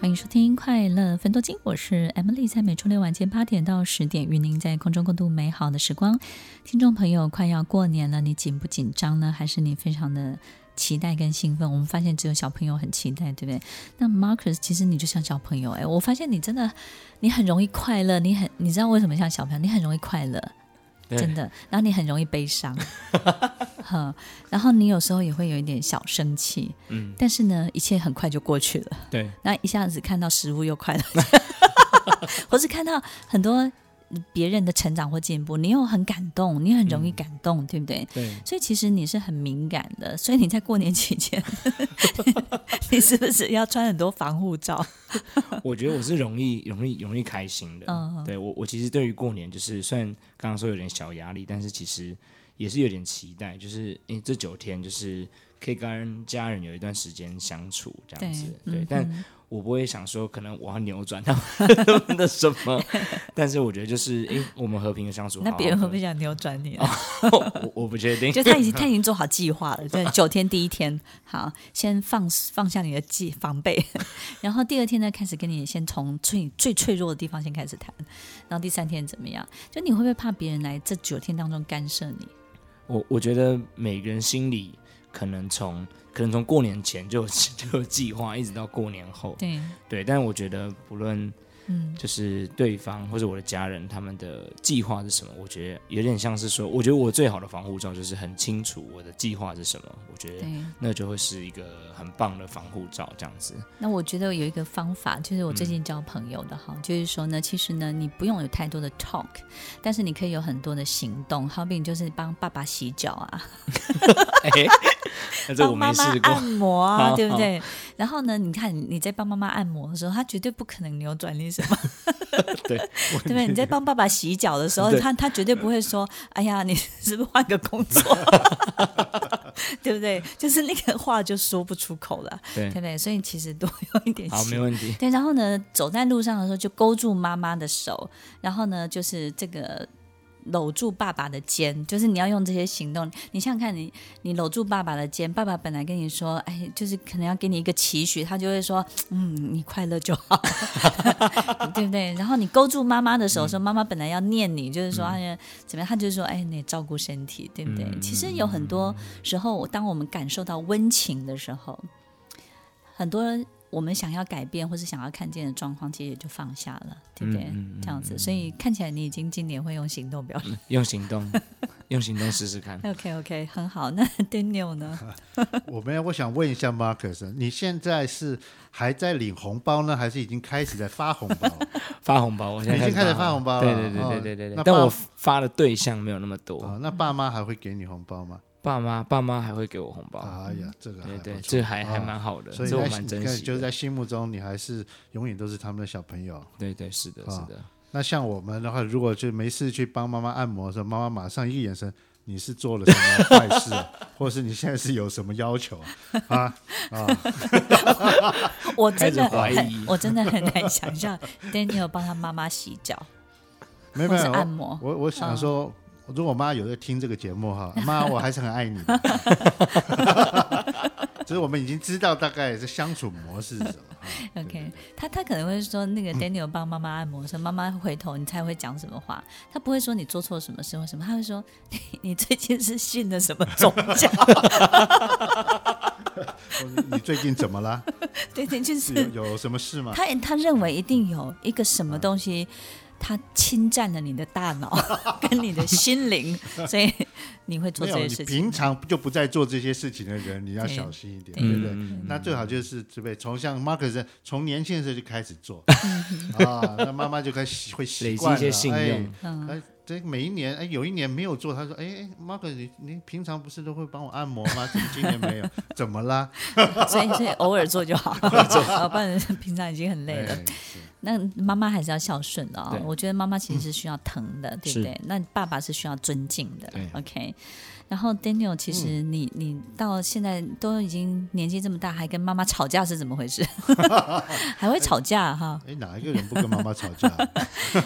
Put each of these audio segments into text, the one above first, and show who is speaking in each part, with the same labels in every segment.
Speaker 1: 欢迎收听《快乐分多金》，我是 Emily，在每周六晚间八点到十点，与您在空中共度美好的时光。听众朋友，快要过年了，你紧不紧张呢？还是你非常的期待跟兴奋？我们发现只有小朋友很期待，对不对？那 Marcus，其实你就像小朋友哎，我发现你真的，你很容易快乐，你很，你知道为什么像小朋友？你很容易快乐，
Speaker 2: 对
Speaker 1: 真的。然后你很容易悲伤，哈，然后你有时候也会有一点小生气，
Speaker 2: 嗯，
Speaker 1: 但是呢，一切很快就过去了。
Speaker 2: 对，
Speaker 1: 那一下子看到食物又快乐， 或是看到很多别人的成长或进步，你又很感动，你很容易感动，对不对？
Speaker 2: 对，
Speaker 1: 所以其实你是很敏感的，所以你在过年期间， 你是不是要穿很多防护罩？
Speaker 2: 我觉得我是容易、容易、容易开心的。
Speaker 1: 嗯
Speaker 2: 对我，我其实对于过年，就是虽然刚刚说有点小压力，但是其实也是有点期待，就是因为这九天就是可以跟家人有一段时间相处这样子。对，
Speaker 1: 嗯
Speaker 2: 但
Speaker 1: 哼
Speaker 2: 我不会想说可能我要扭转他们的什么， 但是我觉得就是，诶，我们和平的相处。
Speaker 1: 那别人会不会
Speaker 2: 想？
Speaker 1: 想扭转你啊？
Speaker 2: 我我不确定。
Speaker 1: 就他已经他已经做好计划了，对，九天第一天，好，先放放下你的计防备，然后第二天呢，开始跟你先从最最脆弱的地方先开始谈，然后第三天怎么样？就你会不会怕别人来这九天当中干涉你？
Speaker 2: 我我觉得每个人心里可能从可能从过年前就有就有计划，一直到过年后。
Speaker 1: 对，
Speaker 2: 对，但我觉得不论
Speaker 1: 嗯，
Speaker 2: 就是对方或者我的家人他们的计划是什么，我觉得有点像是说，我觉得我最好的防护罩就是很清楚我的计划是什么，我觉得
Speaker 1: 对。
Speaker 2: 那就会是一个很棒的防护罩这样 子。
Speaker 1: 那我觉得有一个方法，就是我最近交朋友的哈，就是说呢，其实呢，你不用有太多的 talk，但是你可以有很多的行动，好比你就是帮爸爸洗脚啊，
Speaker 2: 哎、那这我
Speaker 1: 帮
Speaker 2: 没
Speaker 1: 妈妈
Speaker 2: 试过。
Speaker 1: 按摩啊，
Speaker 2: 好
Speaker 1: 对不对？然后呢，你看你在帮妈妈按摩的时候，她绝对不可能扭转你什么，
Speaker 2: 对，我
Speaker 1: 对不对？你在帮爸爸洗脚的时候，
Speaker 2: 对
Speaker 1: 她她绝对不会说：“哎呀，你是不是换个工作？” 对不对？就是那个话就说不出口了，对不
Speaker 2: 对，
Speaker 1: 对？所以其实多用一点
Speaker 2: 嗯好，
Speaker 1: 心
Speaker 2: 没问题。
Speaker 1: 对，然后呢，走在路上的时候就勾住妈妈的手，然后呢，就是这个搂住爸爸的肩，就是你要用这些行动。你想想看你，你搂住爸爸的肩，爸爸本来跟你说，哎，就是可能要给你一个期许，他就会说，嗯，你快乐就好， 对不对？然后你勾住妈妈的手的时候，妈妈本来要念你，就是说，哎呀，怎么样？他就说，哎，你照顾身体，对不对？其实有很多时候，当我们感受到温情的时候，很多我们想要改变或是想要看见的状况，其实也就放下了，对不对？
Speaker 2: 嗯嗯嗯
Speaker 1: 这样子，所以看起来你已经今年会用行动表示。
Speaker 2: 用行动，用行动试试看。
Speaker 1: OK OK，很好。 那 Daniel 呢？
Speaker 3: 我没有，我想问一下 Marcus，你现在是还在领红包呢，还是已经开始在发红包？
Speaker 2: 发红包，我现在
Speaker 3: 已经开始发红包了
Speaker 2: 对对对
Speaker 3: 哦
Speaker 2: 对对对对
Speaker 3: 那。
Speaker 2: 但
Speaker 3: 爸
Speaker 2: 我发的对象没有那么多
Speaker 3: 哦，，那爸妈还会给你红包吗？
Speaker 2: 爸妈爸妈还会给我红包，
Speaker 3: 哎呀，这个还
Speaker 2: 哦对
Speaker 3: 不
Speaker 2: 对，
Speaker 3: 错
Speaker 2: 这还还
Speaker 3: 哦
Speaker 2: 蛮好的，
Speaker 3: 所以
Speaker 2: 这我
Speaker 3: 在
Speaker 2: 蛮
Speaker 3: 你
Speaker 2: 珍
Speaker 3: 看
Speaker 2: 惜
Speaker 3: 就是
Speaker 2: 的。
Speaker 3: 在心目中，你还是永远都是他们的小朋友。
Speaker 2: 对对，是的，是
Speaker 3: 啊
Speaker 2: 的，
Speaker 3: 那像我们的话，如果就没事去帮妈妈按摩的时候，妈妈马上一个眼神，你是做了什么坏 事啊，或者是你现在是有什么要求啊啊？
Speaker 1: 我真的
Speaker 2: 开始怀疑
Speaker 1: 很， 我真的很难想象 Daniel 帮他妈妈洗脚
Speaker 3: 没有
Speaker 1: 或
Speaker 3: 没
Speaker 1: 是
Speaker 3: 有，
Speaker 1: 按摩。嗯
Speaker 3: 我我想说，如果妈有在听这个节目 哈，妈，我还是很爱你的。只是我们已经知道大概是相处模式是什么。啊对
Speaker 1: OK，他他可能会说，那
Speaker 2: 嗯
Speaker 1: 个 Daniel 帮妈妈按摩的时候，妈妈回头，你猜会讲什么话？他不会说你做错什么事或什么，他会说 你你最近是信了什么宗教？
Speaker 3: 对你最近怎么 了？
Speaker 1: 对对，就是
Speaker 3: 有有什么事吗？
Speaker 1: 他他认为一定有一个什么东西，他侵占了你的大脑跟你的心 灵，所以你会做
Speaker 3: 没
Speaker 1: 这些
Speaker 3: 有，你
Speaker 1: 事情。
Speaker 3: 平常就不在做这些事情的人，你要
Speaker 1: 对
Speaker 3: 小心一点，
Speaker 1: 对
Speaker 3: 对不对？
Speaker 2: 嗯
Speaker 3: 那最好就是准备从像 Marcus 从年轻的时候就开始做啊，那妈妈就开始会习
Speaker 2: 累积
Speaker 3: 惯
Speaker 2: 一
Speaker 3: 了。
Speaker 2: 些信
Speaker 3: 哎
Speaker 2: 用，
Speaker 1: 嗯，
Speaker 3: 哎，这每一年，哎，有一年没有做，他说，哎哎，Mark，你你平常不是都会帮我按摩吗？ 怎么今年没有？怎么啦？
Speaker 1: 所以所以偶尔做就 好，啊不然平常已经很累了。
Speaker 3: 哎是
Speaker 1: 那妈妈还是要孝顺的哦
Speaker 2: 对。
Speaker 1: 我觉得妈妈
Speaker 3: 嗯
Speaker 1: 其实是需要疼的，对不
Speaker 2: 是
Speaker 1: 对？那爸爸是需要尊敬的
Speaker 2: 对。
Speaker 1: OK。然后 Daniel，其实
Speaker 3: 嗯
Speaker 1: 你、你到现在都已经年纪这么大，还跟妈妈吵架是怎么回 事？还会吵架哈？
Speaker 3: 哎，哪一个人不跟妈妈吵架？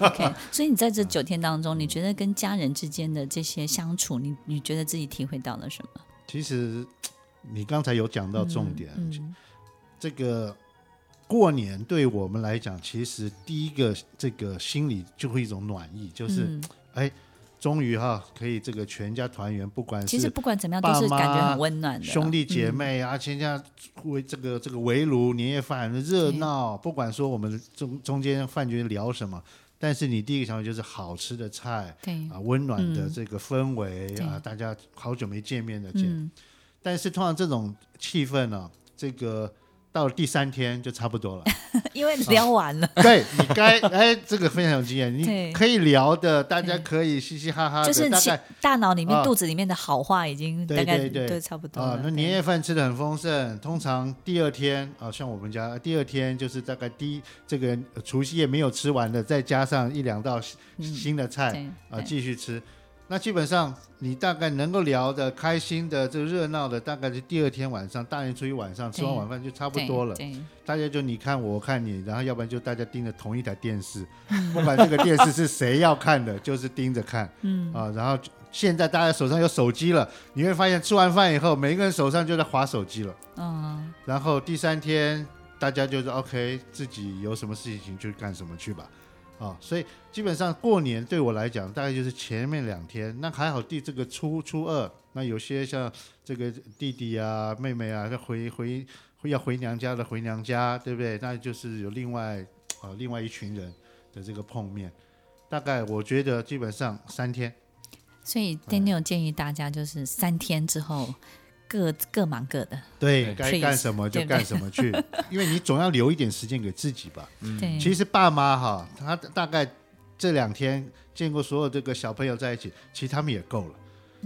Speaker 1: OK，所以你在这九天当中，你觉得跟家人之间的这些相处，你你觉得自己体会到了什么？
Speaker 3: 其实你刚才有讲到重点，
Speaker 1: 嗯，
Speaker 3: 这个过年对我们来讲，其实第一个这个心里就会一种暖意，就是
Speaker 1: 嗯，
Speaker 3: 哎、终于哈可以这个全家团圆，不管
Speaker 1: 其实
Speaker 3: 是
Speaker 1: 不管怎么样都是
Speaker 3: 爸妈
Speaker 1: 感觉很温暖的啦嗯
Speaker 3: 兄弟姐妹啊，全家围这个这个围炉年夜饭热闹，不管说我们中中间饭局聊什么，但是你第一个想法就是好吃的菜
Speaker 1: 对，
Speaker 3: 啊，温暖的
Speaker 1: 嗯
Speaker 3: 这个氛围
Speaker 1: 对
Speaker 3: 啊，大家好久没见面的见
Speaker 1: 嗯，
Speaker 3: 但是通常这种气氛呢、这个到了第三天就差不多了。
Speaker 1: 因
Speaker 3: 啊
Speaker 1: 为聊完了，
Speaker 3: 对你该哎，这个分享有经验，
Speaker 1: 对
Speaker 3: 你可以聊的，大家
Speaker 1: 对
Speaker 3: 可以嘻嘻哈哈
Speaker 1: 就
Speaker 3: 的，
Speaker 1: 是
Speaker 3: 啊大
Speaker 1: 其
Speaker 3: 概
Speaker 1: 大脑里面、
Speaker 3: 啊
Speaker 1: 肚子里面的好话已经
Speaker 3: 对
Speaker 1: 大概
Speaker 3: 对对
Speaker 1: 都差不多
Speaker 3: 啊
Speaker 1: 了。，
Speaker 3: 那
Speaker 1: 嗯对
Speaker 3: 年夜饭吃的很丰盛，通常第二天啊，像我们家第二天就是大概第一这个呃除夕夜没有吃完的，再加上一两道新
Speaker 1: 嗯
Speaker 3: 新的菜
Speaker 1: 对
Speaker 3: 啊，
Speaker 1: 对
Speaker 3: 继续吃。那基本上你大概能够聊的、开心的、这个热闹的，大概是第二天晚上，大年初一晚上吃完
Speaker 1: 对
Speaker 3: 晚饭就差不多了。
Speaker 1: 对对
Speaker 3: 大家就你看我，我看你，然后要不然就大家盯着同一台电视，不管这个电视是谁要看的，就是盯着看
Speaker 1: 嗯，
Speaker 3: 啊。然后就现在大家手上有手机了，你会发现吃完饭以后，每一个人手上就在划手机了。
Speaker 1: 嗯，
Speaker 3: 然后第三天大家就是 OK，自己有什么事情就干什么去吧。啊，所以基本上过年对我来讲，大概就是前面两天。那还好，第这个初初二，那有些像这个弟弟啊、妹妹啊，要回回回要回娘家的回娘家，对不对？那就是有另外啊、呃另外一群人的这个碰面。大概我觉得基本上三天，
Speaker 1: 所以
Speaker 3: 哎
Speaker 1: Daniel 建议大家就是三天之后各各忙各的，
Speaker 3: 对该
Speaker 1: Please，
Speaker 3: 干什么就
Speaker 1: 对不对
Speaker 3: 干什么去，因为你总要留一点时间给自己吧。
Speaker 1: 对，
Speaker 3: 其
Speaker 1: 实
Speaker 3: 实爸妈哈，他大概这两天见过所有这个小朋友在一起，其实他们也够了。
Speaker 1: 嗯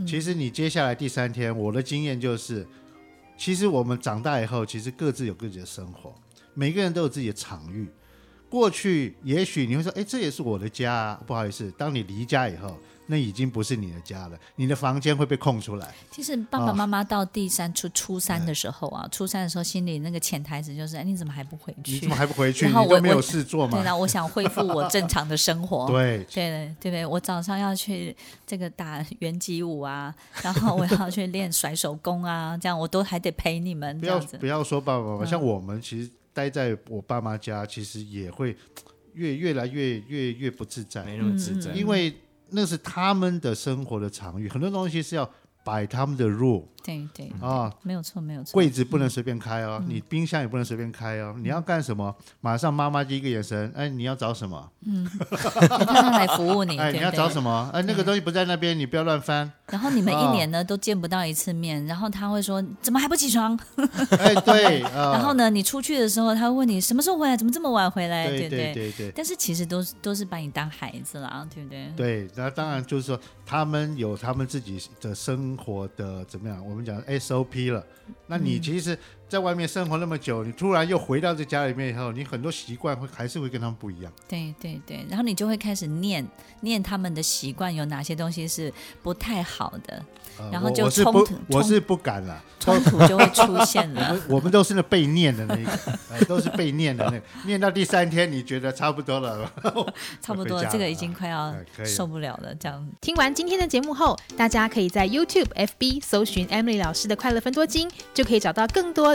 Speaker 3: 其实你接下来第三天，我的经验就是，其实我们长大以后，其实各自有各自的生活，每个人都有自己的场域。过去也许你会说，哎，这也是我的家、啊。不好意思，当你离家以后，那已经不是你的家了，你的房间会被空出来。
Speaker 1: 其实爸
Speaker 3: 啊
Speaker 1: 爸妈妈到第三初初三的时候啊，初三的时候心里那个潜台词就是，哎，你怎么还不回
Speaker 3: 嗯你
Speaker 1: 去
Speaker 3: 怎么？还不回去？
Speaker 1: 然后
Speaker 3: 你都
Speaker 1: 我
Speaker 3: 没有
Speaker 1: 我
Speaker 3: 事做
Speaker 1: 对
Speaker 3: 嘛？
Speaker 1: 啦，我想恢复我正常的生活。
Speaker 3: 对，
Speaker 1: 对对对对，我早上要去这个打圆击舞啊，然后我要去练甩手功啊，这样我都还得陪你们
Speaker 3: 不
Speaker 1: 这
Speaker 3: 要
Speaker 1: 样子
Speaker 3: 不。要说爸爸妈妈，
Speaker 1: 嗯
Speaker 3: 像我们其实待在我爸妈家，其实也会越越来越越越不自在，
Speaker 2: 没那么自在，
Speaker 3: 因为那是他们的生活的场域，很多东西是要摆他们的 rule
Speaker 1: 对对，
Speaker 3: 啊。
Speaker 1: 没有错没有错。嗯
Speaker 3: 柜子不能随便开哦，你冰箱也不能随便开哦。你要干什么？马上妈妈第一个眼神，哎，你要找什么？
Speaker 1: 让他来服务你，
Speaker 3: 哎，你
Speaker 1: 对
Speaker 3: 要
Speaker 1: 不
Speaker 3: 找
Speaker 1: 对？
Speaker 3: 什么？哎，那个东西不在那边，你不要 乱翻。
Speaker 1: 然后你们一
Speaker 3: 啊
Speaker 1: 年呢都见不到一次面，然后他会说怎么还不起床？
Speaker 3: 哎，对啊。
Speaker 1: 然后呢，你出去的时候他会问你什么时候回来，怎么这么晚回来？
Speaker 3: 对
Speaker 1: 对
Speaker 3: 对对对。
Speaker 1: 但是其实都是都是把你当孩子啦，对不对？
Speaker 3: 对，那当然就是说，他们有他们自己的生活的怎么样？我们讲 SOP 了。那
Speaker 1: 嗯
Speaker 3: 你其实在外面生活那么久，你突然又回到这家里面以后，你很多习惯会还是会跟他们不一样。
Speaker 1: 对对对，然后你就会开始念念他们的习惯有哪些东西是不太好 的，
Speaker 3: 呃、
Speaker 1: 然后
Speaker 3: 我
Speaker 1: 就
Speaker 3: 我是
Speaker 1: 冲
Speaker 3: 不
Speaker 1: 突
Speaker 3: 我是不敢了，
Speaker 1: 冲突就会出现
Speaker 3: 我
Speaker 1: 了
Speaker 3: 们。我们都是那被念的 那一个，呃、都是被念的那个，念到第三天你觉得差不多了，
Speaker 1: 差不多
Speaker 3: 回家，了
Speaker 1: 这个已经快要
Speaker 3: 哎可以了
Speaker 1: 受不了了，这样。
Speaker 4: 听完今天的节目后，大家可以在 YouTube、FB 搜寻 Emily 老师的快乐分多金，就可以找到更多